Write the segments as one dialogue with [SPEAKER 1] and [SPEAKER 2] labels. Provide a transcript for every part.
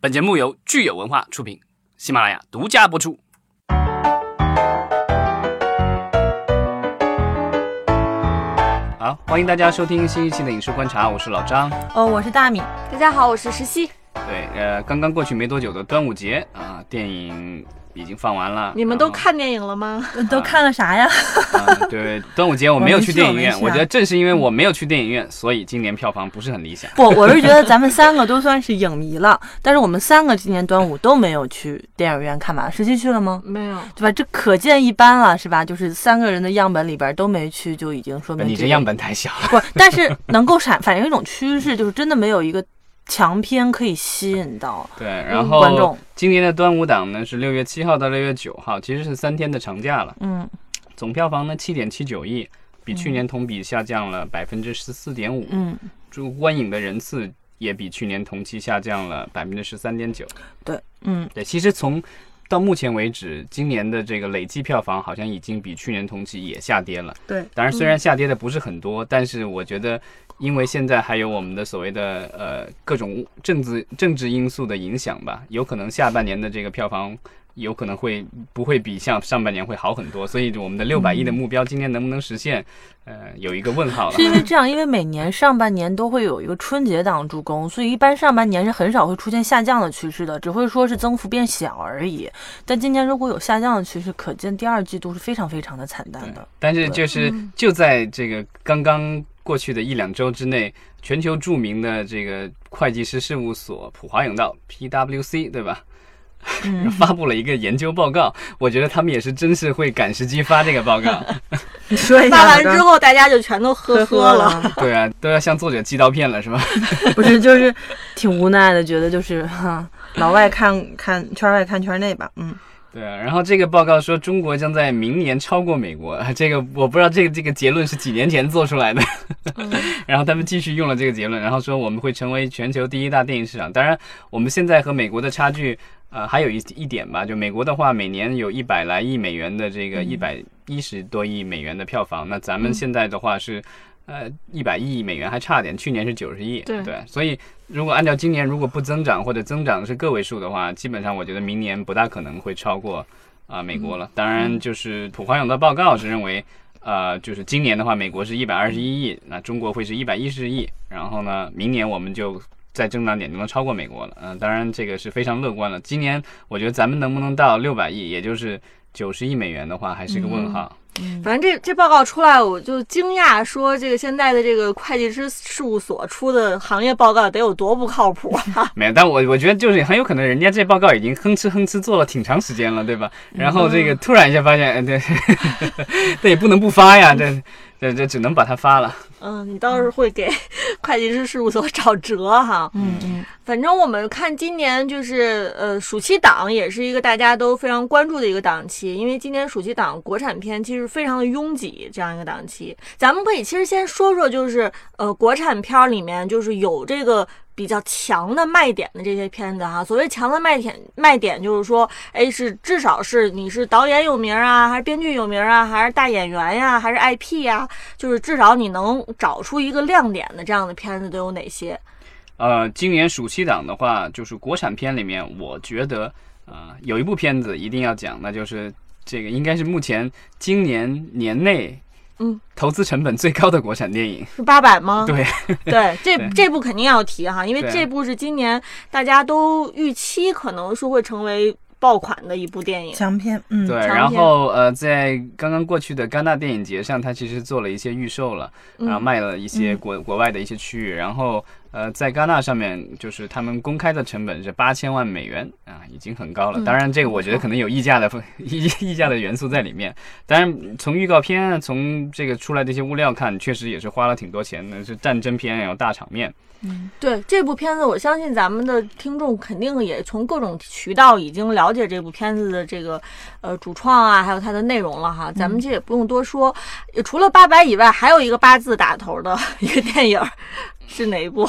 [SPEAKER 1] 本节目由聚友文化出品，喜马拉雅独家播出。好，欢迎大家收听新一期的《影视观察》，我是老张。
[SPEAKER 2] 哦，我是大米。
[SPEAKER 3] 大家好，我是石溪。
[SPEAKER 1] 对，呃，刚刚过去没多久的端午节啊、电影已经放完了。
[SPEAKER 3] 你们都
[SPEAKER 1] 然后
[SPEAKER 3] 看电影了吗？
[SPEAKER 2] 呃都看了啥呀？
[SPEAKER 1] 啊，对，端午节我没有去电 影院，
[SPEAKER 2] 我没去我没去啊
[SPEAKER 1] 我觉得正是因为我没有去电影院，所以今年票房不是很理想。
[SPEAKER 2] 不，我是觉得咱们三个都算是影迷了，但是我们三个今年端午都没有去电影院看吧？十七去了吗？
[SPEAKER 3] 没 有，
[SPEAKER 2] 对吧？这可见一斑了，是吧？就是三个人的样本里边都没去，就已经说明
[SPEAKER 1] 你
[SPEAKER 2] 个
[SPEAKER 1] 这样本太小了，
[SPEAKER 2] 不，但是能够反反映一种趋势，就是真的没有一个强片可以吸引到。
[SPEAKER 1] 对。然
[SPEAKER 2] 观
[SPEAKER 1] 后
[SPEAKER 2] 众
[SPEAKER 1] 今年的端午档呢是六月七号到六月九号，其实是三天的长假了。
[SPEAKER 2] 嗯
[SPEAKER 1] 总票房呢七点七九亿，比去年同比下降了百分之十四点五，
[SPEAKER 2] 嗯，
[SPEAKER 1] 主观影的人次也比去年同期下降了百分之十三点九。
[SPEAKER 2] 对，嗯
[SPEAKER 1] 对，其实从到目前为止，今年的这个累计票房好像已经比去年同期也下跌了。
[SPEAKER 2] 对，
[SPEAKER 1] 当然虽然下跌的不是很多，但是我觉得。因为现在还有我们的所谓的呃各种政治政治因素的影响吧，有可能下半年的这个票房有可能会不会比像上半年会好很多，所以我们的六百亿的目标今年能不能实现，呃，有一个问号了
[SPEAKER 2] 是。因为这样，因为每年上半年都会有一个春节档助攻，所以一般上半年是很少会出现下降的趋势的，只会说是增幅变小而已。但今年如果有下降的趋势，可见第二季度是非常非常的惨淡的。
[SPEAKER 1] 但是就是就在这个刚刚过去的一两周之内，全球著名的这个会计师事务所普华永道 （PWC） 对吧？
[SPEAKER 2] 嗯
[SPEAKER 1] 发布了一个研究报告，我觉得他们也是真是会赶时机发这个报告。
[SPEAKER 2] 你说一
[SPEAKER 3] 发完之后大家就全都呵呵了。，
[SPEAKER 1] 对啊，都要向作者寄刀片了是吧？
[SPEAKER 2] 不是就是挺无奈的，觉得就是哈，老外看看圈外看圈内吧，嗯，
[SPEAKER 1] 对啊，然后这个报告说中国将在明年超过美国，这个我不知道这个这个结论是几年前做出来的， 然后他们继续用了这个结论，然后说我们会成为全球第一大电影市场。当然，我们现在和美国的差距，呃，还有一一点吧，就美国的话，每年有一百来亿美元的这个一百一十多亿美元的票房，那咱们现在的话是。呃，一百亿美元还差点，去年是九十亿，
[SPEAKER 3] 对
[SPEAKER 1] 所以如果按照今年如果不增长或者增长是个位数的话，基本上我觉得明年不大可能会超过啊、美国了。当然，就是普华永道报告是认为，呃，就是今年的话，美国是一百二十一亿，那中国会是一百一十亿，然后呢，明年我们就。在增长点就能超过美国了，嗯、当然这个是非常乐观了。今年我觉得咱们能不能到六百亿，也就是九十亿美元的话，还是个问号。
[SPEAKER 3] 反正这这报告出来，我就惊讶，说这个现在的这个会计师事务所出的行业报告得有多不靠谱啊！
[SPEAKER 1] 没有，但我我觉得就是很有可能，人家这报告已经哼哧哼哧做了挺长时间了，对吧？
[SPEAKER 3] 嗯
[SPEAKER 1] 然后这个突然一下发现，哎，对，这也不能不发 呀，这这这只能把它发了。
[SPEAKER 3] 嗯，你倒是会给 会计师事务所找辙哈。
[SPEAKER 2] 嗯嗯，
[SPEAKER 3] 反正我们看今年就是呃暑期档也是一个大家都非常关注的一个档期，因为今年暑期档国产片其实非常的拥挤这样一个档期。咱们可以其实先说说就是呃国产片儿里面就是有这个。比较强的卖点的这些片子哈，所谓强的卖点，卖点就是说，哎，是至少是你是导演有名儿啊，还是编剧有名儿啊，还是大演员呀、还是 IP 呀、就是至少你能找出一个亮点的这样的片子都有哪些？
[SPEAKER 1] 呃，今年暑期档的话，就是国产片里面，我觉得呃有一部片子一定要讲，那就是这个应该是目前今年年内
[SPEAKER 3] 嗯哦
[SPEAKER 1] 投资成本最高的国产电影。
[SPEAKER 3] 是八百吗？
[SPEAKER 1] 对，
[SPEAKER 3] 对，这
[SPEAKER 1] 对
[SPEAKER 3] 这部肯定要提哈，因为
[SPEAKER 1] 对
[SPEAKER 3] 这部是今年大家都预期可能是会成为爆款的一部电影。
[SPEAKER 2] 强片，嗯
[SPEAKER 1] 对，
[SPEAKER 3] 长
[SPEAKER 1] 然
[SPEAKER 3] 篇
[SPEAKER 1] 后呃，在刚刚过去的戛纳电影节上，它其实做了一些预售了，然后
[SPEAKER 3] 嗯
[SPEAKER 1] 卖了一些
[SPEAKER 2] 嗯
[SPEAKER 1] 国、国外的一些区域，然后呃，在戛纳上面，就是他们公开的成本是八千万美元啊，已经很高了。
[SPEAKER 3] 嗯
[SPEAKER 1] 当然，这个我觉得可能有溢价的 溢溢价的元素在里面。当然，从预告片啊，从这个出来的一些物料看，确实也是花了挺多钱的，是战争片，然后大场面。
[SPEAKER 3] 对这部片子，我相信咱们的听众肯定也从各种渠道已经了解这部片子的这个呃主创啊，还有它的内容了哈。
[SPEAKER 1] 嗯
[SPEAKER 3] 咱们这也不用多说，也除了八百以外，还有一个八字打 头的一个电影儿是哪一部？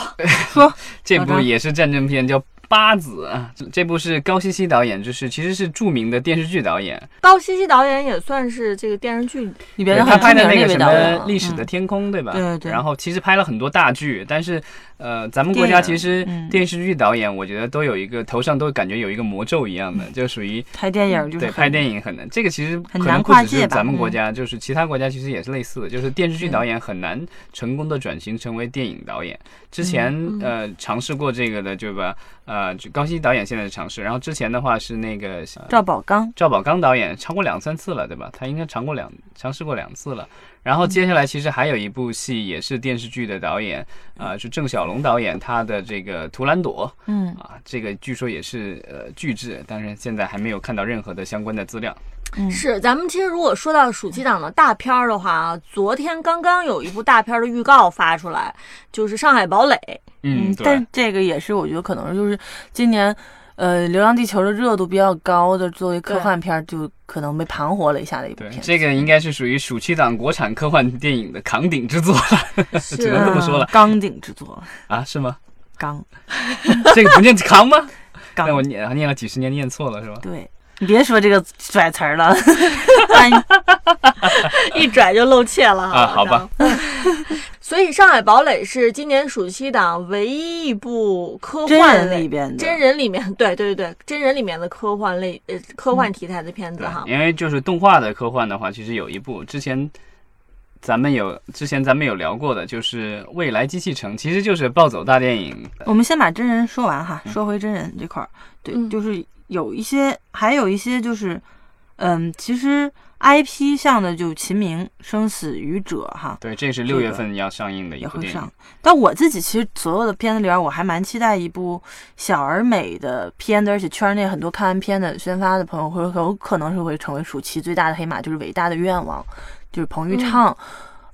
[SPEAKER 1] 这
[SPEAKER 2] 好
[SPEAKER 1] 部
[SPEAKER 2] 的
[SPEAKER 1] 也是战争片，叫《八子》啊，这这部是高希希导演，就是其实是著名的电视剧导演，
[SPEAKER 3] 高希希导演也算是这个电视剧
[SPEAKER 2] 里边
[SPEAKER 1] 对
[SPEAKER 2] 很
[SPEAKER 1] 他拍
[SPEAKER 2] 出
[SPEAKER 1] 的
[SPEAKER 2] 名
[SPEAKER 1] 那
[SPEAKER 2] 一
[SPEAKER 1] 个
[SPEAKER 2] 位
[SPEAKER 1] 什
[SPEAKER 2] 导演
[SPEAKER 1] 么
[SPEAKER 2] 了
[SPEAKER 1] 历史的天空，对吧？
[SPEAKER 2] 对对
[SPEAKER 1] 然后其实拍了很多大剧，但是呃，咱们国家其实
[SPEAKER 2] 电影嗯
[SPEAKER 1] 电视剧导演，我觉得都有一个头上都感觉有一个魔咒一样的，就属于
[SPEAKER 2] 拍电影嗯就是
[SPEAKER 1] 对
[SPEAKER 2] 很
[SPEAKER 1] 拍电影很难。这个其实
[SPEAKER 2] 很
[SPEAKER 1] 可
[SPEAKER 2] 难
[SPEAKER 1] 能不
[SPEAKER 2] 跨
[SPEAKER 1] 只
[SPEAKER 2] 界
[SPEAKER 1] 是
[SPEAKER 2] 吧
[SPEAKER 1] 咱们国
[SPEAKER 2] 嗯
[SPEAKER 1] 家，就是其他国家其实也是类似的，就是电视剧导演很难成功的转型成为电影导演。之前
[SPEAKER 2] 嗯
[SPEAKER 1] 呃尝试过这个的，对吧？呃，就高希导演现在尝试，然后之前的话是那个呃
[SPEAKER 2] 赵宝刚，
[SPEAKER 1] 赵宝刚导演尝过两三次了，对吧？他应该尝过两尝试过两次了。然后接下来其实还有一部戏也是电视剧的导演，啊、是郑晓龙导演他的这个《图兰朵》
[SPEAKER 2] 嗯，
[SPEAKER 1] 啊，这个据说也是呃巨制，但是现在还没有看到任何的相关的资料。
[SPEAKER 3] 是，咱们其实如果说到暑期档的大片儿的话啊，昨天刚刚有一部大片儿的预告发出来，就是《上 海堡垒》。
[SPEAKER 1] 嗯，对
[SPEAKER 2] 但，这个也是我觉得可能就是今年，呃，《流浪地球》的热度比较高的，作为科
[SPEAKER 3] 对
[SPEAKER 2] 幻片儿就可能被盘活了一下的一部
[SPEAKER 1] 对，
[SPEAKER 2] 片。
[SPEAKER 1] 这个应该是属于暑期档国产科幻电影的扛鼎之作 了只能这 么说了
[SPEAKER 2] 嗯钢鼎之作，
[SPEAKER 1] 啊？是吗？
[SPEAKER 2] 钢
[SPEAKER 1] 这个不念扛吗？
[SPEAKER 2] 钢
[SPEAKER 1] 那我念念了几十年，念错了是吧？
[SPEAKER 2] 对。你别说这个拽词儿了，翻译
[SPEAKER 3] 一拽就露怯了
[SPEAKER 1] 啊好吧。
[SPEAKER 3] 所以，《上海堡垒》是今年暑期档唯一一部科
[SPEAKER 2] 真
[SPEAKER 3] 幻
[SPEAKER 2] 人
[SPEAKER 3] 类
[SPEAKER 2] 里边的
[SPEAKER 3] 真人里面，对对对，真人里面的科幻类呃科幻题材的片
[SPEAKER 1] 嗯
[SPEAKER 3] 子
[SPEAKER 1] 对
[SPEAKER 3] 哈，。
[SPEAKER 1] 因为就是动画的科幻的话，其实有一部之前咱们有之前咱们有聊过的，就是《未来机器城》，其实就是暴走大电影。
[SPEAKER 2] 我们先把真人说完
[SPEAKER 1] 嗯
[SPEAKER 2] 哈，说回真人这块儿，对，
[SPEAKER 3] 嗯
[SPEAKER 2] 就是有一些，还有一些就是，嗯，其实 IP 向的就《秦明》《生死与者》哈，
[SPEAKER 1] 对，这是
[SPEAKER 2] 这
[SPEAKER 1] 六
[SPEAKER 2] 个
[SPEAKER 1] 月份要上映的一
[SPEAKER 2] 也
[SPEAKER 1] 部
[SPEAKER 2] 会
[SPEAKER 1] 电影
[SPEAKER 2] 上。。但我自己其实所有的片子里边，我还蛮期待一部小而美的片子，而且圈内很多看完片的宣发的朋友会有可能是会成为暑期最大的黑马，就是《伟大的愿望》，就是彭昱
[SPEAKER 1] 嗯
[SPEAKER 2] 畅、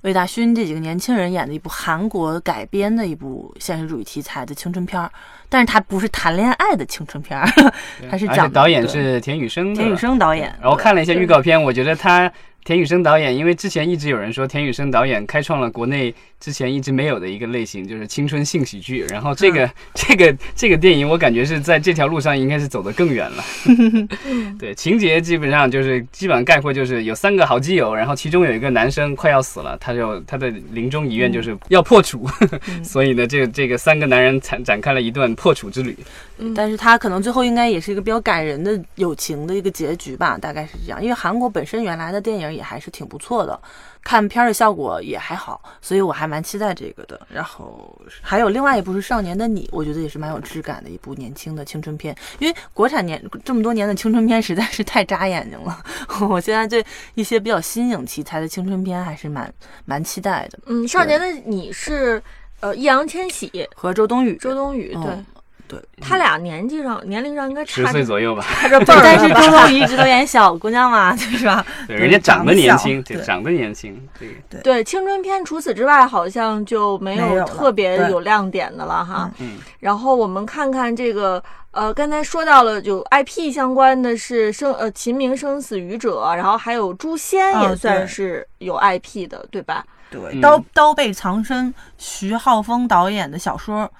[SPEAKER 2] 魏大勋这几个年轻人演的一部韩国改编的一部现实主义题材的青春片儿，但是它不是谈恋爱的青春片儿，
[SPEAKER 1] 对
[SPEAKER 2] 它是
[SPEAKER 1] 而
[SPEAKER 2] 讲
[SPEAKER 1] 且
[SPEAKER 2] 的
[SPEAKER 1] 导演
[SPEAKER 2] 对
[SPEAKER 1] 是田雨生的，
[SPEAKER 2] 田雨生导演。
[SPEAKER 1] 然后看了一下
[SPEAKER 3] 对
[SPEAKER 1] 预告片，我觉得他田雨生导演，因为之前一直有人说田雨生导演开创了国内之前一直没有的一个类型，就是青春性喜剧。然后这个、 这个这个电影，我感觉是在这条路上应该是走得更远了。对，情节基本上就是基本上概括就是有三个好基友，然后其中有一个男生快要死了，他就他的临终遗愿就是要破处， 所以呢，这这个三个男人展展开了一段破处之旅。
[SPEAKER 2] 但是他可能最后应该也是一个比较感人的友情的一个结局吧，大概是这样。因为韩国本身原来的电影也还是挺不错的，看片儿的效果也还好，所以我还蛮期待这个的。然后还有另外一部是《少年的你》，我觉得也是蛮有质感的一部年轻的青春片。因为国产年这么多年的青春片实在是太扎眼睛了， 我现在对一些比较新颖题材的青春片还是蛮蛮期待的。
[SPEAKER 3] 嗯，少年的你是呃易烊千玺、
[SPEAKER 2] 和周冬雨，
[SPEAKER 3] 周冬雨，对
[SPEAKER 2] 嗯对，
[SPEAKER 3] 他俩年纪上年龄上应该
[SPEAKER 1] 十
[SPEAKER 3] 差
[SPEAKER 1] 岁
[SPEAKER 3] 着
[SPEAKER 1] 左右吧，
[SPEAKER 3] 差着辈儿
[SPEAKER 2] 但
[SPEAKER 3] 呢
[SPEAKER 2] 是周冬雨一直都演 小姑娘嘛，对吧？
[SPEAKER 1] 对，人家长得年轻，对，
[SPEAKER 2] 长得小对
[SPEAKER 1] 长得年轻，这个。
[SPEAKER 3] 对青春片，除此之外好像就没
[SPEAKER 2] 没有
[SPEAKER 3] 有
[SPEAKER 2] 了
[SPEAKER 3] 特别
[SPEAKER 2] 对
[SPEAKER 3] 有亮点的了哈。
[SPEAKER 1] 嗯嗯
[SPEAKER 3] 然后我们看看这个，呃，刚才说到了有 IP 相关的是生呃《秦明生死与者》，然后还有《诛仙》
[SPEAKER 2] 哦
[SPEAKER 3] 也算
[SPEAKER 2] 对
[SPEAKER 3] 是有 IP 的，对吧？
[SPEAKER 2] 对，
[SPEAKER 1] 嗯
[SPEAKER 2] 刀刀背藏身，徐浩峰导演的小说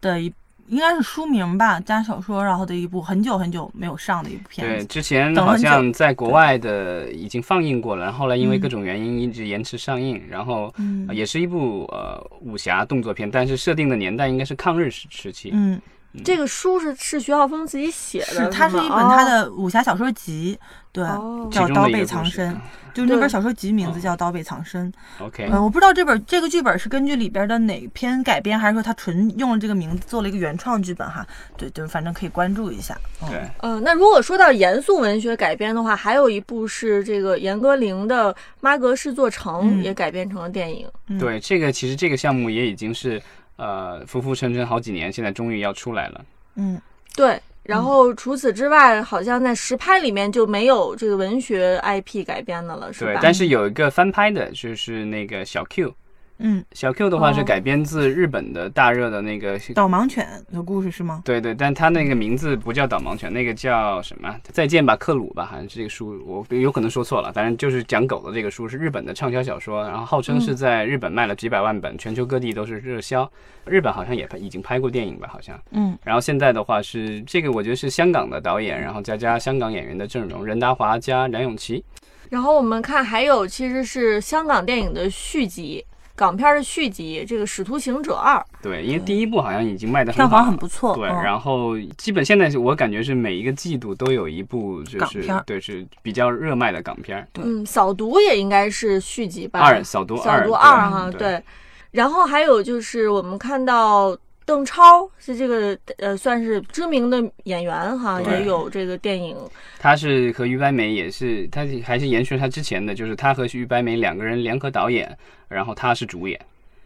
[SPEAKER 2] 的一应该是书名吧，加小说，然后的一部很久很久没有上的一部片
[SPEAKER 1] 对，
[SPEAKER 2] 子。
[SPEAKER 1] 之前
[SPEAKER 2] 等
[SPEAKER 1] 好
[SPEAKER 2] 很久嗯
[SPEAKER 1] 像在国外的已经放映过了，然后后来因为各种原因一直延迟上映，然后、呃也是一部呃武侠动作片，但是设定的年代应该是抗日时时期。
[SPEAKER 2] 嗯，
[SPEAKER 3] 这个书是是徐浩峰自己写的，
[SPEAKER 2] 是，它是一本
[SPEAKER 4] 哦
[SPEAKER 2] 他的武侠小说集，对，
[SPEAKER 3] 哦
[SPEAKER 1] 其
[SPEAKER 2] 叫
[SPEAKER 1] 中
[SPEAKER 2] 《
[SPEAKER 1] 的
[SPEAKER 2] 刀
[SPEAKER 1] 一个
[SPEAKER 2] 背
[SPEAKER 1] 故
[SPEAKER 2] 藏
[SPEAKER 1] 事嗯
[SPEAKER 2] 身》，就是那
[SPEAKER 3] 对
[SPEAKER 2] 本小说集名字叫《刀背藏身》。
[SPEAKER 1] OK，、
[SPEAKER 2] 嗯，我不知道这本这个剧本是根据里边的哪篇改编，还是说他纯用了这个名字做了一个原创剧本哈？对，就是反正可以关注一下。嗯
[SPEAKER 1] 对，
[SPEAKER 3] 嗯，那如果说到严肃文学改编的话，还有一部是这个严歌苓的《妈格氏座城》
[SPEAKER 2] 嗯
[SPEAKER 3] 也改编成了电影。
[SPEAKER 2] 嗯
[SPEAKER 1] 对，这个其实这个项目也已经是呃浮浮沉沉好几年，现在终于要出来了。
[SPEAKER 2] 嗯，
[SPEAKER 3] 对，然后除此之外，好像在实拍里面就没有这个文学 IP 改编的了，是
[SPEAKER 1] 对
[SPEAKER 3] 吧？，
[SPEAKER 1] 但是有一个翻拍的，就是那个小 Q，
[SPEAKER 2] 嗯，
[SPEAKER 1] 小 Q 的话是
[SPEAKER 4] 哦
[SPEAKER 1] 改编自日本的大热的那个
[SPEAKER 2] 导盲犬的故事是吗？
[SPEAKER 1] 对对，但他那个名字不叫导盲犬，那个叫什么？再见吧，克鲁吧，好像是这个书，我有可能说错了。反正就是讲狗的这个书是日本的畅销小说，然后号称是在日本卖了几百万本，全球各地都是热销。日本好像也拍已经拍过电影吧，好像。
[SPEAKER 2] 嗯。
[SPEAKER 1] 然后现在的话是这个，我觉得是香港的导演，然后再加香港演员的阵容，任达华加梁咏琪。
[SPEAKER 3] 然后我们看还有其实是香港电影的续集，港片的续集，这个《使徒行者二》。
[SPEAKER 1] 对，因为第一部好像已经卖的
[SPEAKER 4] 票
[SPEAKER 1] 很好
[SPEAKER 4] 房
[SPEAKER 1] 了
[SPEAKER 4] 很。不错。
[SPEAKER 1] 对，
[SPEAKER 4] 嗯
[SPEAKER 1] 然后基本现在是我感觉是每一个季度都有一部就
[SPEAKER 4] 港
[SPEAKER 1] 是
[SPEAKER 4] 片儿
[SPEAKER 1] 对是比较热卖的港片儿。
[SPEAKER 4] 对
[SPEAKER 3] 嗯，扫毒也应该是续集吧？
[SPEAKER 1] 二小毒
[SPEAKER 3] 扫毒
[SPEAKER 1] 对嗯
[SPEAKER 3] 二哈，
[SPEAKER 1] 对，
[SPEAKER 3] 对。然后还有就是我们看到邓超是这个呃，算是知名的演员哈，
[SPEAKER 1] 对
[SPEAKER 3] 也有这个电影。
[SPEAKER 1] 他是和于白眉也是，他还是延续他之前的，就是他和于白眉两个人联合导演，然后他是主演。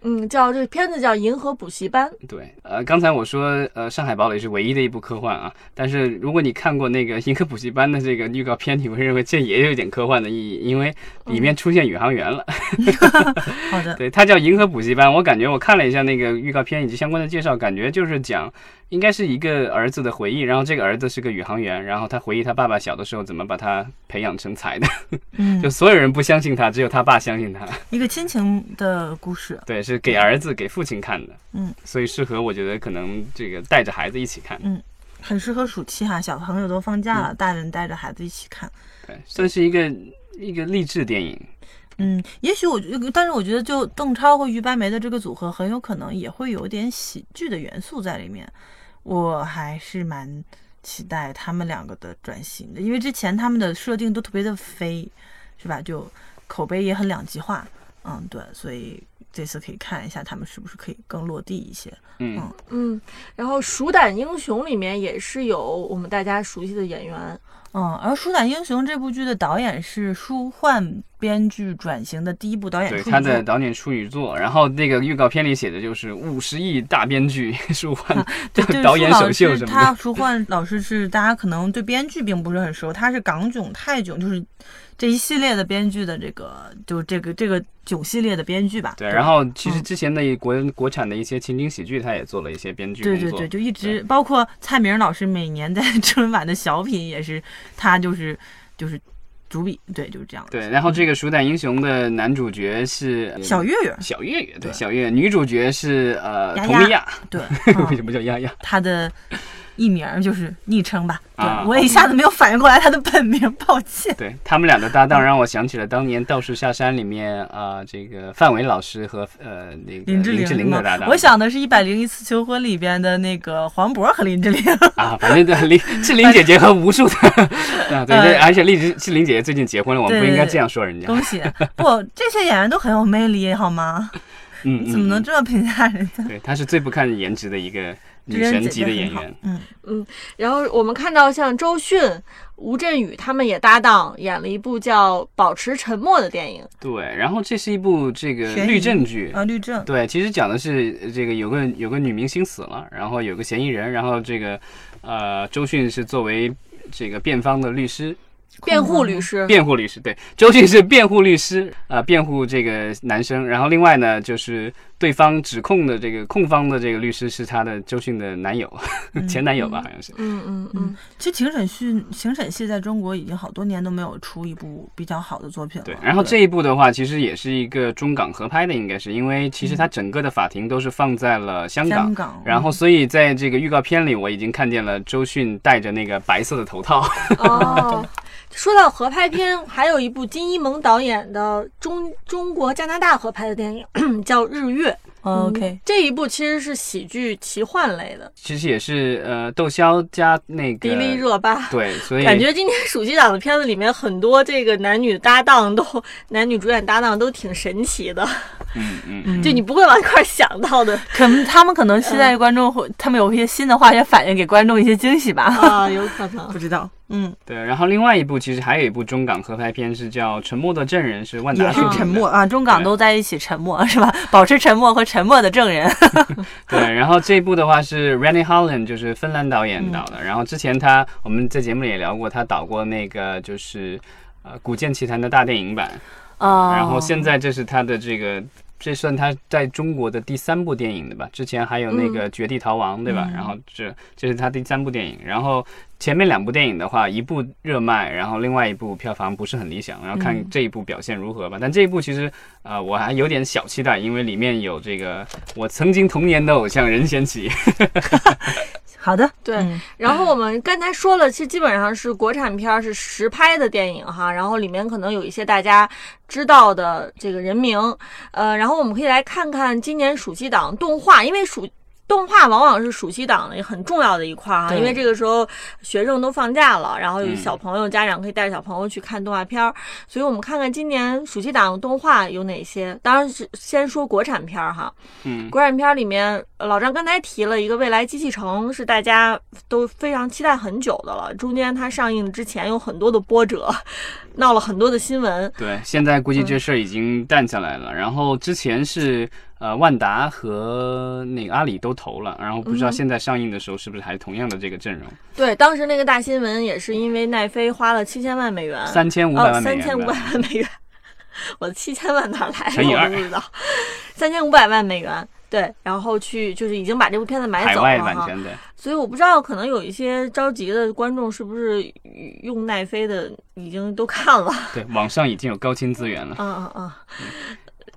[SPEAKER 3] 嗯，叫这个片子叫《银河补习班》，
[SPEAKER 1] 对，呃，刚才我说，呃，《上海堡垒》是唯一的一部科幻啊，但是如果你看过那个《银河补习班》的这个预告片，你会认为这也有一点科幻的意义，因为里面出现宇航员了。
[SPEAKER 2] 好的，
[SPEAKER 1] 对，它叫《银河补习班》，我感觉我看了一下那个预告片以及相关的介绍，感觉就是讲应该是一个儿子的回忆，然后这个儿子是个宇航员，然后他回忆他爸爸小的时候怎么把他培养成才的。
[SPEAKER 2] 嗯
[SPEAKER 1] 就，所有人不相信他，只有他爸相信他。
[SPEAKER 2] 一个亲情的故事，
[SPEAKER 1] 对，是给儿子、给父亲看的。
[SPEAKER 2] 嗯，
[SPEAKER 1] 所以适合我觉得可能这个带着孩子一起看，
[SPEAKER 2] 很适合暑期哈，小朋友都放假了，大人带着孩子一起看。
[SPEAKER 1] 对，算是一个一个励志电影。
[SPEAKER 2] 嗯，也许我觉得，但是我觉得，就邓超和于白眉的这个组合，很有可能也会有点喜剧的元素在里面。我还是蛮期待他们两个的转型的，因为之前他们的设定都特别的飞，是吧？就口碑也很两极化。嗯，对，所以这次可以看一下他们是不是可以更落地一些。
[SPEAKER 1] 嗯，
[SPEAKER 2] 嗯
[SPEAKER 3] 嗯，然后《鼠胆英雄》里面也是有我们大家熟悉的演员，
[SPEAKER 2] 嗯，而《鼠胆英雄》这部剧的导演是舒焕编剧转型的第一部导演
[SPEAKER 1] 对，
[SPEAKER 2] 处
[SPEAKER 1] 他
[SPEAKER 2] 女作
[SPEAKER 1] 的导演处女作，然后那个预告片里写的就是五十亿大编剧 舒焕
[SPEAKER 2] 对
[SPEAKER 1] 导演
[SPEAKER 2] 舒
[SPEAKER 1] 首
[SPEAKER 2] 老
[SPEAKER 1] 秀
[SPEAKER 2] 师
[SPEAKER 1] 什么
[SPEAKER 2] 他
[SPEAKER 1] 的。
[SPEAKER 2] 舒焕老师是大家可能对编剧并不是很熟，他是港囧、泰囧，就是这一系列的编剧的这个，就这个这个囧系列的编剧吧。
[SPEAKER 1] 对，然后其实
[SPEAKER 2] 嗯
[SPEAKER 1] 之前的一国国产的一些情景喜剧，他也做了一些编剧
[SPEAKER 2] 对
[SPEAKER 1] 工
[SPEAKER 2] 对
[SPEAKER 1] 作。
[SPEAKER 2] 对，就一直包括蔡明老师每年在 春晚的小品也是他就是就是主笔，对，就是这样。
[SPEAKER 1] 对，然后这个《鼠胆英雄》的男主角是
[SPEAKER 2] 嗯
[SPEAKER 1] 呃
[SPEAKER 2] 小岳岳，
[SPEAKER 1] 小岳岳，对
[SPEAKER 2] 对
[SPEAKER 1] 小岳，岳，女主角是呃
[SPEAKER 2] 丫
[SPEAKER 1] 佟
[SPEAKER 2] 丫
[SPEAKER 1] 丽娅，
[SPEAKER 2] 对，
[SPEAKER 1] 为
[SPEAKER 2] 嗯
[SPEAKER 1] 什么叫丫丫？
[SPEAKER 2] 他的艺名儿就是昵称吧。对
[SPEAKER 1] 啊，
[SPEAKER 2] 我一下子没有反应过来他的本名，抱歉。
[SPEAKER 1] 对他们俩的搭
[SPEAKER 2] 嗯
[SPEAKER 1] 档让我想起了当年《道士下山》里面啊、这个范伟老师和呃那个
[SPEAKER 2] 林志
[SPEAKER 1] 林志
[SPEAKER 2] 玲是
[SPEAKER 1] 玲
[SPEAKER 2] 吗
[SPEAKER 1] 的搭档。
[SPEAKER 2] 我想的是一百零一次求婚里边的那个黄渤和林志 玲。
[SPEAKER 1] 啊，反正 对林志玲姐姐和无数的啊，对对，
[SPEAKER 2] 呃
[SPEAKER 1] 而且丽志志玲姐姐最近结婚了，我们不
[SPEAKER 2] 对
[SPEAKER 1] 应该
[SPEAKER 2] 对对
[SPEAKER 1] 这样说人家。
[SPEAKER 2] 恭喜！不，这些演员都很有魅力，好吗？
[SPEAKER 1] 嗯，
[SPEAKER 2] 你怎么能
[SPEAKER 1] 嗯
[SPEAKER 2] 这么评价人家
[SPEAKER 1] 嗯？对？她是最不看颜值的一个女
[SPEAKER 2] 人
[SPEAKER 1] 神
[SPEAKER 2] 姐
[SPEAKER 1] 级
[SPEAKER 2] 姐
[SPEAKER 1] 的
[SPEAKER 2] 很
[SPEAKER 1] 演
[SPEAKER 2] 好
[SPEAKER 1] 员。。
[SPEAKER 2] 嗯，
[SPEAKER 3] 然后我们看到像周迅、吴镇宇他们也搭档演了一部叫《保持沉默》的电影。
[SPEAKER 1] 对，然后这是一部这个
[SPEAKER 2] 悬
[SPEAKER 1] 律
[SPEAKER 2] 疑
[SPEAKER 1] 政剧，
[SPEAKER 2] 啊，律政。
[SPEAKER 1] 对，其实讲的是呃这个有个有个女明星死了，然后有个嫌疑人，然后这个呃周迅是作为这个辩方的律师，
[SPEAKER 3] 辩护律师，
[SPEAKER 1] 辩护律师，对，周迅是辩护律师啊、呃辩护这个男生。然后另外呢，就是对方指控的这个控方的这个律师是她的周迅的男友，
[SPEAKER 2] 嗯
[SPEAKER 1] 前男友吧，好像是。
[SPEAKER 3] 嗯嗯嗯，
[SPEAKER 2] 其实情审剧、情审戏在中国已经好多年都没有出一部比较好的作品了。
[SPEAKER 1] 对，然后这一部的话，其实也是一个中港合拍的，应该是因为其实
[SPEAKER 2] 嗯
[SPEAKER 1] 它整个的法庭都是放在了香港，
[SPEAKER 2] 香港，
[SPEAKER 1] 然后所以在这个预告片里，我已经看见了周迅戴着那个白色的头套，
[SPEAKER 3] 哦。说到合拍片，还有一部金一萌导演的中中国加拿大合拍的电影 叫《日月》。
[SPEAKER 4] 哦
[SPEAKER 2] 嗯 OK，
[SPEAKER 3] 嗯这一部其实是喜剧奇幻类的，
[SPEAKER 1] 其实也是呃窦骁加那个
[SPEAKER 3] 迪丽热巴。
[SPEAKER 1] 对，所以
[SPEAKER 3] 感觉今年暑期档的片子里面，很多这个男女搭档都男女主演搭档都挺神奇的，
[SPEAKER 1] 嗯嗯
[SPEAKER 2] 嗯
[SPEAKER 3] 就你不会往一块儿想到的
[SPEAKER 4] 可能他们可能期待观众会，他们有一些新的化学反应，给观众一些惊喜吧。
[SPEAKER 3] 啊，有可能
[SPEAKER 2] 不。知道。嗯，
[SPEAKER 1] 对，然后另外一部其实还有一部中港合拍片是叫《沉默的证人》，是万达
[SPEAKER 2] 也是
[SPEAKER 1] 出品的
[SPEAKER 2] 沉默。啊，中
[SPEAKER 4] 中港
[SPEAKER 2] 港
[SPEAKER 4] 都在一起沉默是吧？ 保持沉默和沉默的证 人。
[SPEAKER 1] 对，然后这一部的话是 Renny Holland，就是芬兰导
[SPEAKER 2] 嗯
[SPEAKER 1] 演导的。然后之前他我们在节目里也聊过，他导过那个就是呃《古剑奇谭》的大电影版，
[SPEAKER 4] 啊
[SPEAKER 2] 哦
[SPEAKER 5] 哦
[SPEAKER 1] 然后现在这是他的这个。这算他在中国的第三部电影的吧？之前还有那个《绝地逃亡》，对吧？然后这这是他第三部电影，然后前面两部电影的话，一部热卖，然后另外一部票房不是很理想，然后看这一部表现如何吧。但这一部其实啊、呃我还有点小期待，因为里面有这个我曾经童年的偶像任贤齐。
[SPEAKER 2] 好的，
[SPEAKER 3] 对，
[SPEAKER 2] 嗯
[SPEAKER 3] 然后我们刚才说了，其实基本上是国产片儿是实拍的电影哈，然后里面可能有一些大家知道的这个人名，呃，然后我们可以来看看今年暑期档动画，因为暑。动画往往是暑期档的很重要的一块儿啊，
[SPEAKER 5] 对
[SPEAKER 3] 因为这个时候学生都放假了，然后有
[SPEAKER 1] 嗯
[SPEAKER 3] 小朋友、家长可以带着小朋友去看动画片儿，所以我们看看今年暑期档动画有哪些。当然是先说国产片儿哈，
[SPEAKER 1] 嗯，
[SPEAKER 3] 国产片儿里面，呃老张刚才提了一个《未来机器城》，是大家都非常期待很久的了。中间它上映之前有很多的波折，闹了很多的新闻。
[SPEAKER 1] 对，现在估计这事儿已经淡下来了。
[SPEAKER 3] 嗯
[SPEAKER 1] 然后之前是呃万达和那个阿里都投了，然后不知道现在上映的时候是不是还同样的这个阵容，
[SPEAKER 3] 对，当时那个大新闻也是因为奈飞花了七千万美元，
[SPEAKER 1] 三千五百
[SPEAKER 3] 哦，
[SPEAKER 1] 万美
[SPEAKER 3] 三
[SPEAKER 1] 元。
[SPEAKER 3] 千五百万美元， 我的七千万哪来
[SPEAKER 1] 乘以
[SPEAKER 3] 的我
[SPEAKER 1] 二
[SPEAKER 3] 都不知道，三千五百万美元。对，然后去就是已经把这部片子买
[SPEAKER 1] 海
[SPEAKER 3] 走
[SPEAKER 1] 外
[SPEAKER 3] 了
[SPEAKER 1] 版
[SPEAKER 3] 哈，
[SPEAKER 1] 权的，
[SPEAKER 3] 所以我不知道，可能有一些着急的观众是不是用奈飞的已经都看了，
[SPEAKER 1] 对，网上已经有高清资源了，
[SPEAKER 3] 嗯嗯嗯。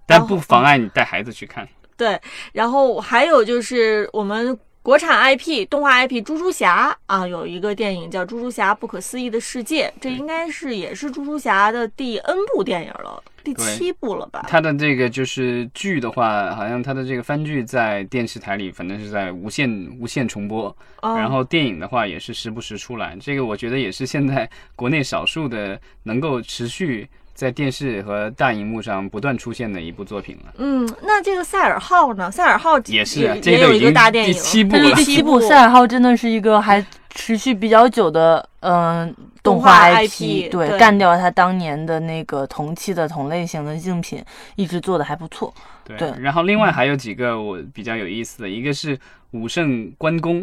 [SPEAKER 1] 但不妨碍你带孩子去看。
[SPEAKER 3] 对，然后还有就是我们国产 IP 动画 IP《猪猪侠》啊，有一个电影叫《猪猪侠：不可思议的世界》，这应该是也是猪猪侠的第 N 部电影了，第
[SPEAKER 1] 对
[SPEAKER 3] 七部了吧？
[SPEAKER 1] 他的这个就是剧的话，好像他的这个番剧在电视台里，反正是在无限无限重播。
[SPEAKER 3] 嗯
[SPEAKER 5] 哦
[SPEAKER 1] 然后电影的话也是时不时出来，这个我觉得也是现在国内少数的能够持续在电视和大荧幕上不断出现的一部作品了。
[SPEAKER 3] 嗯，那这个赛尔号呢？赛尔号
[SPEAKER 1] 也是啊
[SPEAKER 3] 也，
[SPEAKER 1] 这
[SPEAKER 3] 有
[SPEAKER 1] 都
[SPEAKER 3] 一
[SPEAKER 1] 已
[SPEAKER 3] 个
[SPEAKER 1] 经
[SPEAKER 3] 大电
[SPEAKER 1] 第
[SPEAKER 3] 影，
[SPEAKER 1] 七部
[SPEAKER 5] 这是
[SPEAKER 1] 了
[SPEAKER 3] 第。
[SPEAKER 5] 第
[SPEAKER 3] 七
[SPEAKER 5] 七部
[SPEAKER 3] 部
[SPEAKER 5] 《赛尔号》，真的是一个还持续比较久的，嗯、
[SPEAKER 3] 动
[SPEAKER 5] 动
[SPEAKER 3] 画
[SPEAKER 5] 画
[SPEAKER 3] IP
[SPEAKER 5] 对，
[SPEAKER 3] 对
[SPEAKER 5] 干掉它当年的那个同期的同类型的竞品，一直做的还不错。
[SPEAKER 1] 对
[SPEAKER 5] 对嗯
[SPEAKER 1] 然后另外还有几个我比较有意思的，一个是《武圣 关公》，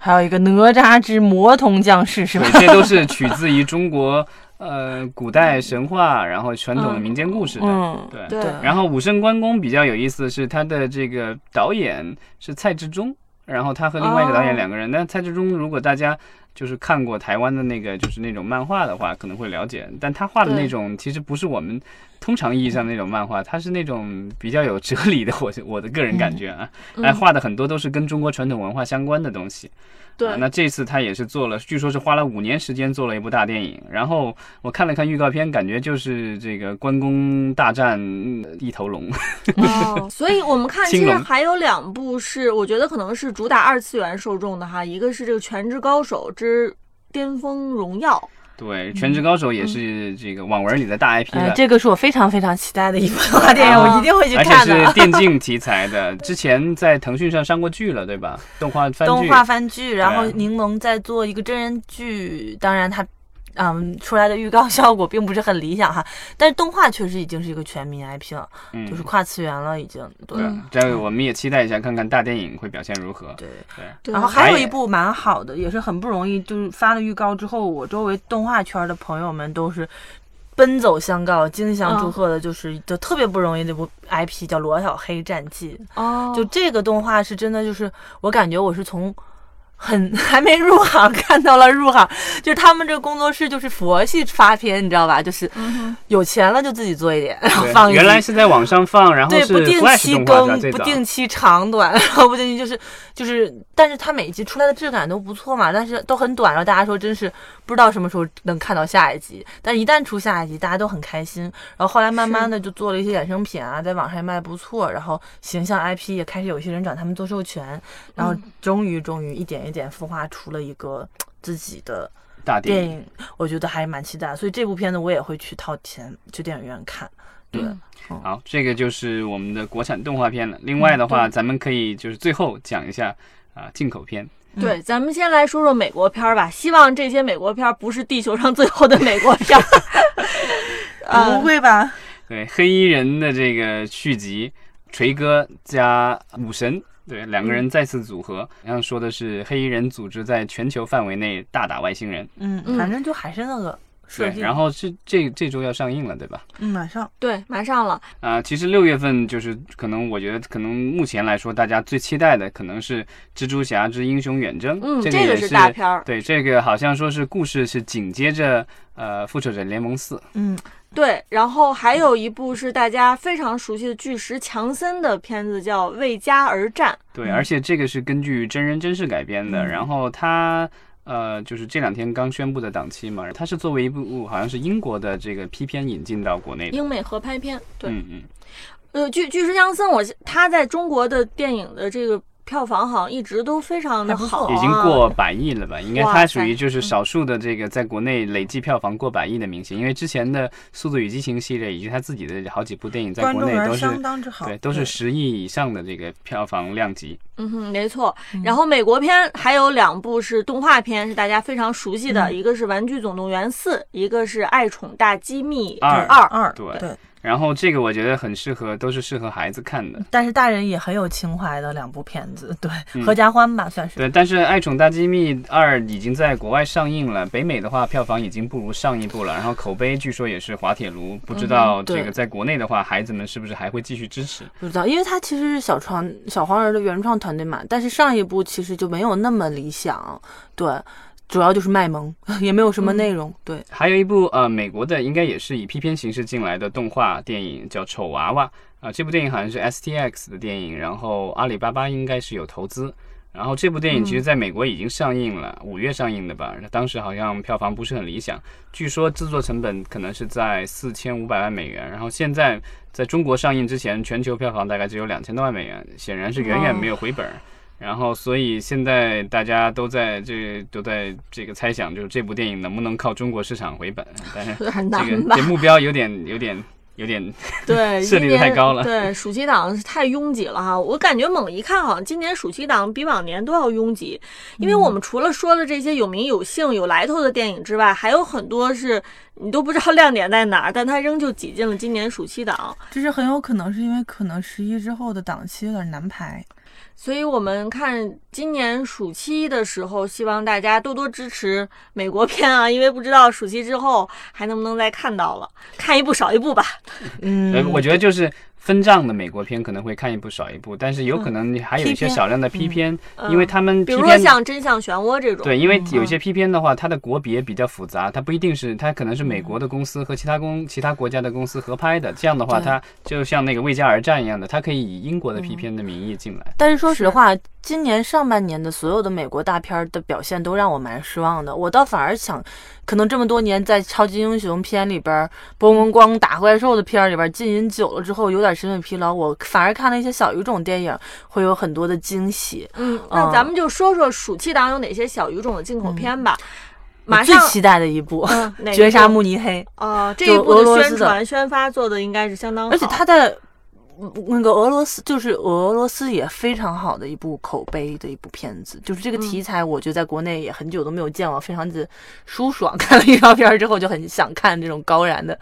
[SPEAKER 5] 还有一个哪吒之魔童降世是吧？
[SPEAKER 1] 对，这都是取自于中国呃古代神话，然后传统的民间故事的。
[SPEAKER 5] 嗯，
[SPEAKER 1] 对。
[SPEAKER 3] 对
[SPEAKER 5] 对
[SPEAKER 1] 然后《武圣关公》比较有意思的是，他的这个导演是蔡志忠，然后他和另外一个导演
[SPEAKER 3] 哦
[SPEAKER 1] 两个人。但蔡志忠如果大家就是看过台湾的那个就是那种漫画的话，可能会了解。但他画的
[SPEAKER 3] 对
[SPEAKER 1] 那种其实不是我们通常意义上的那种漫画，他是那种比较有哲理的。我我的个人感觉啊，
[SPEAKER 3] 嗯
[SPEAKER 1] 哎，画的很多都是跟中国传统文化相关的东西。
[SPEAKER 3] 对
[SPEAKER 1] 啊那这次他也是做了，据说是花了五年时间做了一部大电影。然后我看了看预告片，感觉就是这个关公大战嗯一头龙。
[SPEAKER 3] 哦，所以我们看，其
[SPEAKER 1] 青
[SPEAKER 3] 实
[SPEAKER 1] 龙
[SPEAKER 3] 还有两部是我觉得可能是主打二次元受众的哈，一个是这个《全职高手之巅峰荣耀》，
[SPEAKER 1] 对，《全职高手》
[SPEAKER 2] 嗯
[SPEAKER 1] 也是这个网文里的大 IP
[SPEAKER 5] 哎
[SPEAKER 1] 了，，
[SPEAKER 5] 这个是我非常非常期待的一部动画
[SPEAKER 2] 大
[SPEAKER 5] 电
[SPEAKER 2] 电
[SPEAKER 5] 影，
[SPEAKER 2] 影
[SPEAKER 5] 我
[SPEAKER 2] 我
[SPEAKER 5] 一
[SPEAKER 2] 一定会去
[SPEAKER 1] 而且
[SPEAKER 2] 看的。
[SPEAKER 1] 是电竞题材的。之前在腾讯上上过剧了，对吧？动画番
[SPEAKER 2] 动
[SPEAKER 1] 剧。
[SPEAKER 2] 画番剧，然后
[SPEAKER 1] 对
[SPEAKER 2] 柠檬在做一个真人剧，当然它，嗯，出来的预告效果并不是很理想哈，但是动画确实已经是一个全民 IP 了，
[SPEAKER 1] 嗯
[SPEAKER 2] 就是跨次元了已经。对，
[SPEAKER 1] 对，这个我们也期待一下，看看大电影会表现如何。
[SPEAKER 2] 对
[SPEAKER 1] 对，
[SPEAKER 3] 对
[SPEAKER 2] 然后还有
[SPEAKER 1] 还
[SPEAKER 2] 一部蛮好的，也是很不容易，就是发了预告之后，我周围动画圈的朋友们都是。奔走相告，竞相祝贺的，就是就特别不容易的一部 IP 叫《罗小黑战记》。
[SPEAKER 3] 哦
[SPEAKER 2] 就这个动画是真的，就是我感觉我是从很 还没入行看到了入行，就是他们这个工作室就是佛系发片，你知道吧？就是
[SPEAKER 3] 嗯
[SPEAKER 2] 有钱了就自己做一点，然后
[SPEAKER 1] 对
[SPEAKER 2] 放一集
[SPEAKER 1] 原来是在网上放，然后
[SPEAKER 2] 对
[SPEAKER 1] 是
[SPEAKER 2] 不定
[SPEAKER 1] Flash
[SPEAKER 2] 期
[SPEAKER 1] 动画
[SPEAKER 2] 更
[SPEAKER 1] 的，最
[SPEAKER 2] 不
[SPEAKER 1] 早。
[SPEAKER 2] 定期长短，然后不定期就是就是，但是它每一集出来的质感都不错嘛，但是都很短，然后大家说真是不知道什么时候能看到下一集，但是一旦出下一集，大家都很开心。然后后来慢慢的就做了一些衍生品啊，在网上也卖得不错，然后形象 IP 也开始有些人找他们做授权，然
[SPEAKER 1] 嗯
[SPEAKER 2] 后终于终于一点一点孵化出了一个自己的
[SPEAKER 1] 大电
[SPEAKER 2] 电
[SPEAKER 1] 影。
[SPEAKER 2] 影，我觉得还蛮期待，所以这部片子我也会去掏钱去电影院看。对，
[SPEAKER 1] 嗯好，这个就是我们的国产动画片了。另外的话，咱们可以就是最后讲一下啊、进口片。
[SPEAKER 3] 对，
[SPEAKER 1] 嗯
[SPEAKER 3] 咱们先来说说美国片儿吧。希望这些美国片儿不是地球上最后的美国 片儿。呃
[SPEAKER 2] 不会吧？
[SPEAKER 1] 对，黑衣人的这个续集，锤哥加武神，对，两个人再次组合。然后说的是黑衣人组织在全球范围内大打外星人。
[SPEAKER 2] 嗯，
[SPEAKER 3] 嗯
[SPEAKER 2] 反正就还是那个
[SPEAKER 1] 对，然后这这这周要上映了，对吧？
[SPEAKER 6] 嗯，马上
[SPEAKER 3] 对，马上了，
[SPEAKER 1] 啊、其实六月份就是可能，我觉得可能目前来说，大家最期待的可能是《蜘蛛侠之英雄远征》，
[SPEAKER 3] 嗯，
[SPEAKER 1] 这个
[SPEAKER 3] 这
[SPEAKER 1] 也
[SPEAKER 3] 个
[SPEAKER 1] 是
[SPEAKER 3] 大片儿，
[SPEAKER 1] 对，这个好像说是故事是紧接着呃《复仇者联盟四》，
[SPEAKER 6] 嗯，
[SPEAKER 3] 对，然后还有一部是大家非常熟悉的巨石强森的片子，叫《为家而战》。
[SPEAKER 1] 对，
[SPEAKER 6] 嗯
[SPEAKER 1] 而且这个是根据真人真事改编的。
[SPEAKER 6] 嗯
[SPEAKER 1] 然后它呃，就是这两天刚宣布的档期嘛，它是作为一部好像是英国的这个 P 片引进到国内的。
[SPEAKER 3] 英美合拍片，对，
[SPEAKER 1] 嗯嗯，
[SPEAKER 3] 呃，巨巨石强森，我他在中国的电影的这个票房好像一直都非常的
[SPEAKER 6] 还不
[SPEAKER 3] 好、啊，
[SPEAKER 6] 错
[SPEAKER 1] 已经过百亿了吧？应该
[SPEAKER 3] 哇
[SPEAKER 1] 它属于
[SPEAKER 3] 塞
[SPEAKER 1] 就是
[SPEAKER 6] 嗯
[SPEAKER 1] 少数的这个在国内累计票房过百亿的明星，因为之前的《速度与激情》系列以及他自己的好几部电影在
[SPEAKER 6] 观
[SPEAKER 1] 国
[SPEAKER 6] 众
[SPEAKER 1] 内
[SPEAKER 6] 缘
[SPEAKER 1] 都是
[SPEAKER 6] 相当之好，
[SPEAKER 1] 对都是十亿以上的这个票房量级。
[SPEAKER 3] 嗯哼，没错。然后美国片还有两部是动画片，是大家非常熟悉的，
[SPEAKER 6] 嗯
[SPEAKER 3] 一个是《玩具总动员四》，一个是《爱宠大机密
[SPEAKER 1] 二
[SPEAKER 3] 二》。
[SPEAKER 6] 二
[SPEAKER 1] 对
[SPEAKER 6] 对，
[SPEAKER 1] 然后这个我觉得很适合，都是适合孩子看的。
[SPEAKER 2] 嗯
[SPEAKER 6] 但是大人也很有情怀的两部片子，对，
[SPEAKER 1] 嗯
[SPEAKER 6] 合家欢吧算是。
[SPEAKER 1] 对，但是《爱宠大机密二》已经在国外上映了，北美的话票房已经不如上一部了，然后口碑据说也是滑铁卢，不知道
[SPEAKER 2] 对
[SPEAKER 1] 这个在国内的话，孩子们是不是还会继续支持？
[SPEAKER 2] 不知道，因为它其实是小创小黄人的原创团队嘛，但是上一部其实就没有那么理想，对，主要就是卖萌，也没有什
[SPEAKER 6] 嗯
[SPEAKER 2] 么内容，对，
[SPEAKER 1] 还有一部呃，美国的应该也是以 P 片形式进来的动画电影，叫《丑娃娃》啊、这部电影好像是 STX 的电影，然后阿里巴巴应该是有投资。然后这部电影其实在美国已经上映了，五、月上映的吧？当时好像票房不是很理想，据说制作成本可能是在四千五百万美元。然后现在在中国上映之前，全球票房大概只有两千多万美元，显然是远远没有回本儿。然后，所以现在大家都在这都在这个猜想，就是这部电影能不能靠中国市场回 本？但是
[SPEAKER 3] 有 点
[SPEAKER 1] 这
[SPEAKER 3] 难
[SPEAKER 1] 个
[SPEAKER 3] 吧
[SPEAKER 1] 这？目标有点有点有点，
[SPEAKER 3] 对，
[SPEAKER 1] 设
[SPEAKER 3] 今
[SPEAKER 1] 立得
[SPEAKER 3] 年
[SPEAKER 1] 太高了
[SPEAKER 3] 对，暑期档是太拥挤了哈，我感觉猛一看，好像今年暑期档比往年都要拥挤，因为我
[SPEAKER 1] 嗯
[SPEAKER 3] 们除了说了这些有名有姓、有来头的电影之外，还有很多是你都不知道亮点在哪儿，但它仍旧挤进了今年暑期档。
[SPEAKER 6] 这是很有可能是因为可能十一之后的档期有点难排，
[SPEAKER 3] 所以我们看今年暑期的时候，希望大家多多支持美国片啊，因为不知道暑期之后还能不能再看到了，看一部少一部 吧。
[SPEAKER 1] 呃，
[SPEAKER 6] 嗯，
[SPEAKER 1] 我觉得就是分账的美国片可能会看一部少一部，但是有可能还有一些
[SPEAKER 6] P 片
[SPEAKER 1] 少量的 P 片，
[SPEAKER 3] 嗯
[SPEAKER 1] 因为他们 P
[SPEAKER 3] 比如说
[SPEAKER 1] 片
[SPEAKER 3] 像《嗯真相漩涡》这种，
[SPEAKER 1] 对，因为有些 P 片的话，它的国别比较复杂，它不一定是它可能是美国的公司和其他公其他国家的公司合拍的，这样的话，
[SPEAKER 2] 对
[SPEAKER 1] 它就像那个为家而战一样的，它可以以英国的 P 片的名义进来。
[SPEAKER 2] 但是说实话，今年上半年的所有的美国大片儿的表现都让我蛮失望的。我倒反而想，可能这么多年在超级英雄片里边儿，嘣嘣咣打怪兽的片儿里边儿浸淫久了之后，有点审美疲劳。我反而看了一些小语种电影，会有很多的惊喜。
[SPEAKER 3] 嗯，那
[SPEAKER 2] 嗯
[SPEAKER 3] 咱们就说说暑期档有哪些小语种的进口片吧。马
[SPEAKER 2] 我嗯最
[SPEAKER 3] 上，
[SPEAKER 2] 期待的一部《
[SPEAKER 3] 嗯，哪一
[SPEAKER 2] 绝杀
[SPEAKER 3] 部
[SPEAKER 2] 慕尼黑》，
[SPEAKER 3] 啊，这
[SPEAKER 2] 就
[SPEAKER 3] 一部
[SPEAKER 2] 俄罗
[SPEAKER 3] 的
[SPEAKER 2] 斯
[SPEAKER 3] 宣
[SPEAKER 2] 的
[SPEAKER 3] 传宣发做的应该是相当好，
[SPEAKER 2] 而且它在。嗯那个俄罗斯就是俄罗斯也非常好的一部口碑的一部片子，就是这个
[SPEAKER 3] 嗯
[SPEAKER 2] 题材，我觉得在国内也很久都没有见过，非常的舒爽。看了预告片儿之后，就很想看这种高燃的、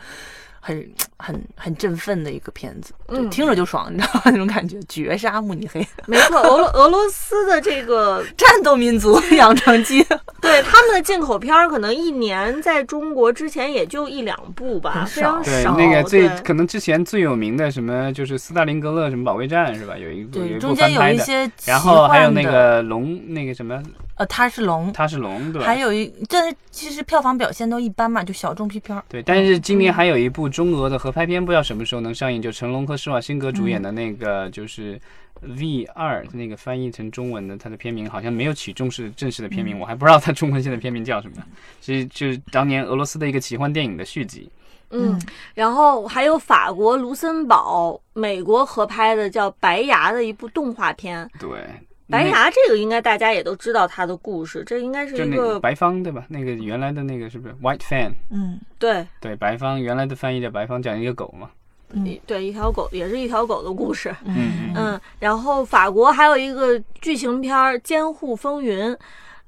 [SPEAKER 2] 很很很振奋的一个片子，对，
[SPEAKER 3] 嗯
[SPEAKER 2] 听着就爽，你知道吗？那种感觉，绝杀慕尼黑，
[SPEAKER 3] 没错，俄罗俄罗斯的这个
[SPEAKER 2] 战斗民族养成 记，
[SPEAKER 3] 对他们的进口片儿，可能一年在中国之前也就一两部吧，
[SPEAKER 2] 很
[SPEAKER 3] 非常
[SPEAKER 2] 少
[SPEAKER 1] 对，
[SPEAKER 3] 少。
[SPEAKER 1] 那个最
[SPEAKER 3] 对
[SPEAKER 1] 可能之前最有名的什么就是斯大林格勒什么保卫战是吧？有一部有
[SPEAKER 2] 对，
[SPEAKER 1] 一
[SPEAKER 2] 中
[SPEAKER 1] 部
[SPEAKER 2] 间
[SPEAKER 1] 翻
[SPEAKER 2] 有
[SPEAKER 1] 拍
[SPEAKER 2] 一
[SPEAKER 1] 的，
[SPEAKER 2] 些
[SPEAKER 1] 然后还有
[SPEAKER 2] 奇幻
[SPEAKER 1] 那
[SPEAKER 2] 的
[SPEAKER 1] 个龙那个什么
[SPEAKER 2] 呃，他是龙，
[SPEAKER 1] 他是龙对吧
[SPEAKER 2] 还？有一，但是其实票房表现都一般嘛，就小众片片儿。
[SPEAKER 1] 对，但是今
[SPEAKER 2] 嗯
[SPEAKER 1] 年还有一部中俄的合拍片，不知道什么时候能上映，就成龙和施瓦辛格主
[SPEAKER 2] 嗯
[SPEAKER 1] 演的那个，就是《V 二》，那个翻译成中文的，它的片名好像没有起正式正式的片
[SPEAKER 2] 嗯
[SPEAKER 1] 名，我还不知道它中文现在片名叫什么。所以就是当年俄罗斯的一个奇幻电影的续集。
[SPEAKER 3] 嗯，然后还有法国卢森堡、美国合拍的叫《白牙》的一部动画片，《
[SPEAKER 1] 对，
[SPEAKER 3] 白
[SPEAKER 1] 那
[SPEAKER 3] 牙》这个应该大家也都知道它的故事，这应该是
[SPEAKER 1] 嗯就
[SPEAKER 3] 一
[SPEAKER 1] 那个
[SPEAKER 3] 个
[SPEAKER 1] 白方对吧？那个原来的那个是不是 White Fan？
[SPEAKER 6] 嗯，
[SPEAKER 3] 对
[SPEAKER 1] 对，白方原来的翻译叫白方，讲一个狗嘛。
[SPEAKER 6] 嗯
[SPEAKER 3] 一对一条狗，也是一条狗的故事。
[SPEAKER 1] 嗯
[SPEAKER 3] 嗯，然后法国还有一个剧情片儿《监护风云》，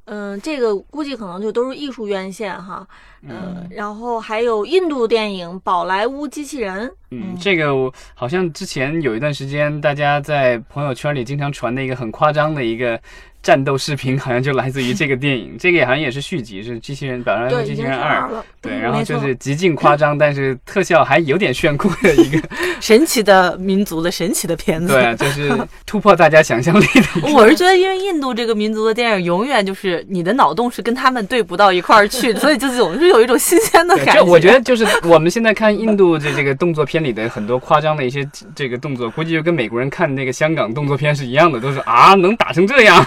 [SPEAKER 3] 嗯，这个估计可能就都是艺术院线哈。嗯，然后还有印度电影《宝莱坞机器人》，
[SPEAKER 1] 嗯，这个我好像之前有一段时间，大家在朋友圈里经常传的一个很夸张的一个战斗视频，好像就来自于这个电影。这个也好像也是续集，是《机器人百万
[SPEAKER 3] 对，
[SPEAKER 1] 机器
[SPEAKER 3] 已经
[SPEAKER 1] 人
[SPEAKER 3] 是
[SPEAKER 1] 二
[SPEAKER 3] 二》。了。
[SPEAKER 1] 对，
[SPEAKER 3] 嗯
[SPEAKER 1] 然后
[SPEAKER 3] 没
[SPEAKER 1] 就
[SPEAKER 3] 错
[SPEAKER 1] 是极尽夸张，但是特效还有点炫酷的一 个，
[SPEAKER 2] 神奇的民族的神奇的片子。
[SPEAKER 1] 对，啊就是突破大家想象力的一个。
[SPEAKER 2] 我是觉得，因为印度这个民族的电影永远就是你的脑洞是跟他们对不到一块 儿去，所以就总是有一种新鲜的
[SPEAKER 1] 对，
[SPEAKER 2] 感
[SPEAKER 1] 这
[SPEAKER 2] 觉。
[SPEAKER 1] 我觉得就是我们现在看印度的这个动作片里的很多夸张的一些这个动作，估计就跟美国人看那个香港动作片是一样的，都是啊能打成这样。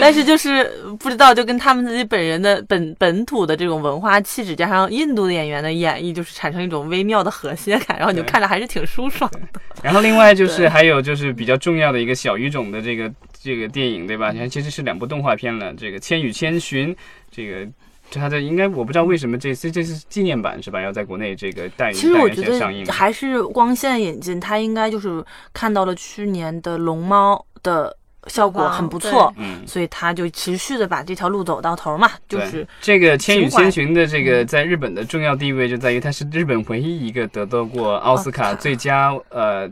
[SPEAKER 2] 但是就是不知道，就跟他们自己本人的本本土的这种文化气质，加上印度的演员的演绎，就是产生一种微妙的和谐感，然后你就
[SPEAKER 1] 对
[SPEAKER 2] 看着还是挺舒爽。
[SPEAKER 1] 然后另外就是还有就是比较重要的一个小语种的这个这个电影对吧？它其实是两部动画片了，这个《千与千寻》这个。它的应该我不知道为什么这这这是纪念版是吧？要在国内这个带
[SPEAKER 2] 其实我
[SPEAKER 1] 带
[SPEAKER 2] 觉
[SPEAKER 1] 先上映
[SPEAKER 2] 得。还是光线引进，它应该就是看到了去年的龙猫的效果
[SPEAKER 3] 哇
[SPEAKER 2] 很不
[SPEAKER 3] 对
[SPEAKER 2] 错，
[SPEAKER 1] 嗯，
[SPEAKER 2] 所以他就持续的把这条路走到头嘛，就
[SPEAKER 1] 对
[SPEAKER 2] 是
[SPEAKER 1] 这个《千与
[SPEAKER 2] 情怀
[SPEAKER 1] 千寻》的这个在日本的重要地位就在于它是日本唯一一个得到过奥斯
[SPEAKER 2] 奥
[SPEAKER 1] 卡
[SPEAKER 2] 斯卡
[SPEAKER 1] 最佳呃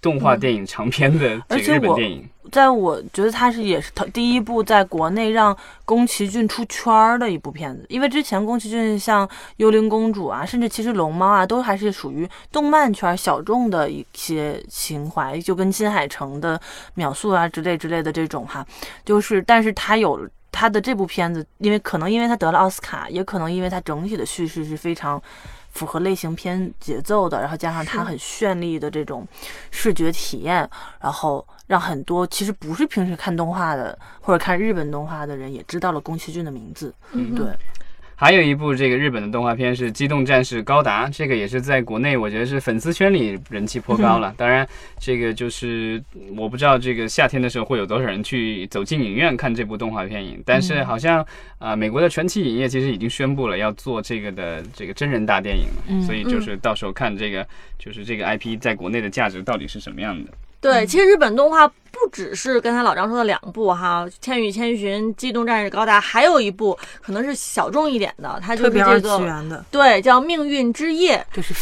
[SPEAKER 1] 动画电影长片的
[SPEAKER 2] 而
[SPEAKER 1] 这个
[SPEAKER 2] 且
[SPEAKER 1] 日本
[SPEAKER 2] 我
[SPEAKER 1] 电影。
[SPEAKER 2] 在我觉得他是也是他第一部在国内让宫崎骏出圈儿的一部片子，因为之前宫崎骏像《幽灵公主》啊，甚至其实《龙猫》啊，都还是属于动漫圈儿小众的一些情怀，就跟新海诚的《秒速》啊之类之类的这种哈，就是但是他有。他的这部片子，因为可能因为他得了奥斯卡，也可能因为他整体的叙事是非常符合类型片节奏的，然后加上他
[SPEAKER 3] 是
[SPEAKER 2] 很绚丽的这种视觉体验，然后让很多其实不是平时看动画的或者看日本动画的人也知道了宫崎骏的名字。
[SPEAKER 3] 嗯
[SPEAKER 2] 对，
[SPEAKER 1] 还有一部这个日本的动画片是《机动战士高达》，这个也是在国内我觉得是粉丝圈里人气颇
[SPEAKER 2] 嗯
[SPEAKER 1] 高了。当然，这个就是我不知道这个夏天的时候会有多少人去走进影院看这部动画片影，但是好像啊、呃美国的传奇影业其实已经宣布了要做这个的这个真人大电影了，
[SPEAKER 2] 嗯
[SPEAKER 1] 所以就是到时候看这个就是这个 IP 在国内的价值到底是什么样的。
[SPEAKER 3] 对，其实日本动画不只是刚才老张说的两部哈，《千与千寻》《机动战士高达》，还有一部可能是小众一点的，它就
[SPEAKER 6] 特
[SPEAKER 3] 是
[SPEAKER 6] 别
[SPEAKER 3] 这
[SPEAKER 6] 二次
[SPEAKER 3] 个
[SPEAKER 6] 元的，
[SPEAKER 3] 对叫《命运之夜》。
[SPEAKER 2] 就是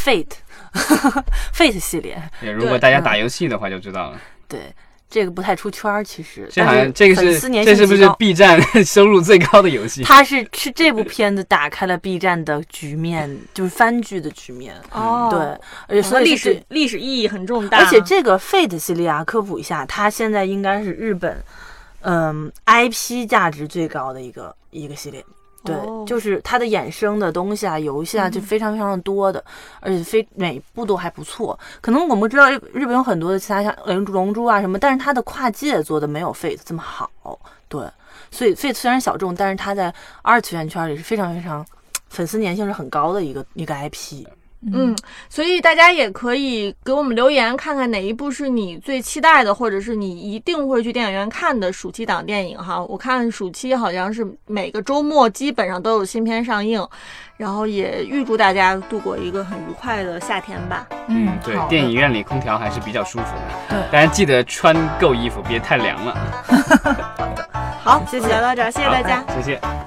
[SPEAKER 2] Fate，Fate 系列，
[SPEAKER 1] 也如果
[SPEAKER 3] 对
[SPEAKER 1] 大
[SPEAKER 2] 嗯
[SPEAKER 1] 家打游戏的话就知道了，
[SPEAKER 2] 对这个不太出圈儿，其实
[SPEAKER 1] 这好
[SPEAKER 2] 但
[SPEAKER 1] 像这个
[SPEAKER 2] 粉
[SPEAKER 1] 是
[SPEAKER 2] 丝粘
[SPEAKER 1] 这是
[SPEAKER 2] 性
[SPEAKER 1] 不
[SPEAKER 2] 极
[SPEAKER 1] 是
[SPEAKER 2] 高。
[SPEAKER 1] B 站 收入最高的游戏？
[SPEAKER 2] 他是是这部片子打开了 B 站的局面，就是番剧的局面。
[SPEAKER 3] 哦
[SPEAKER 2] 嗯对，而且
[SPEAKER 3] 所
[SPEAKER 2] 所
[SPEAKER 3] 以
[SPEAKER 2] 以
[SPEAKER 3] 历
[SPEAKER 2] 是
[SPEAKER 3] 史历史意义很重大，
[SPEAKER 2] 而且这个 Fate 系列啊，科普一下，它现在应该是日本，嗯，IP 价值最高的一个一个系列。对，
[SPEAKER 3] 哦嗯
[SPEAKER 2] 就是它的衍生的东西啊、游戏啊，就非常非常的多的，而且非每部都还不错。可能我们知道日日本有很多的其他像《龙龙珠》啊什么，但是它的跨界做的没有 Fate 这么好。对，所以 Fate 虽然小众，但是它在二次元圈里是非常非常粉丝粘性是很高的一个一个 IP。
[SPEAKER 3] 嗯，所以大家也可以给我们留言，看看哪一部是你最期待的，或者是你一定会去电影院看的暑期档电影哈。我看暑期好像是每个周末基本上都有新片上映，然后也预祝大家度过一个很愉快的夏天吧。
[SPEAKER 1] 嗯，对
[SPEAKER 6] 好，的
[SPEAKER 1] 电影院里空调还是比较舒服的。
[SPEAKER 6] 对
[SPEAKER 1] 大家记得穿够衣服，别太凉了。
[SPEAKER 3] 好，
[SPEAKER 2] 谢谢
[SPEAKER 3] 我们聊到这儿，谢谢大家。
[SPEAKER 1] 好，谢谢。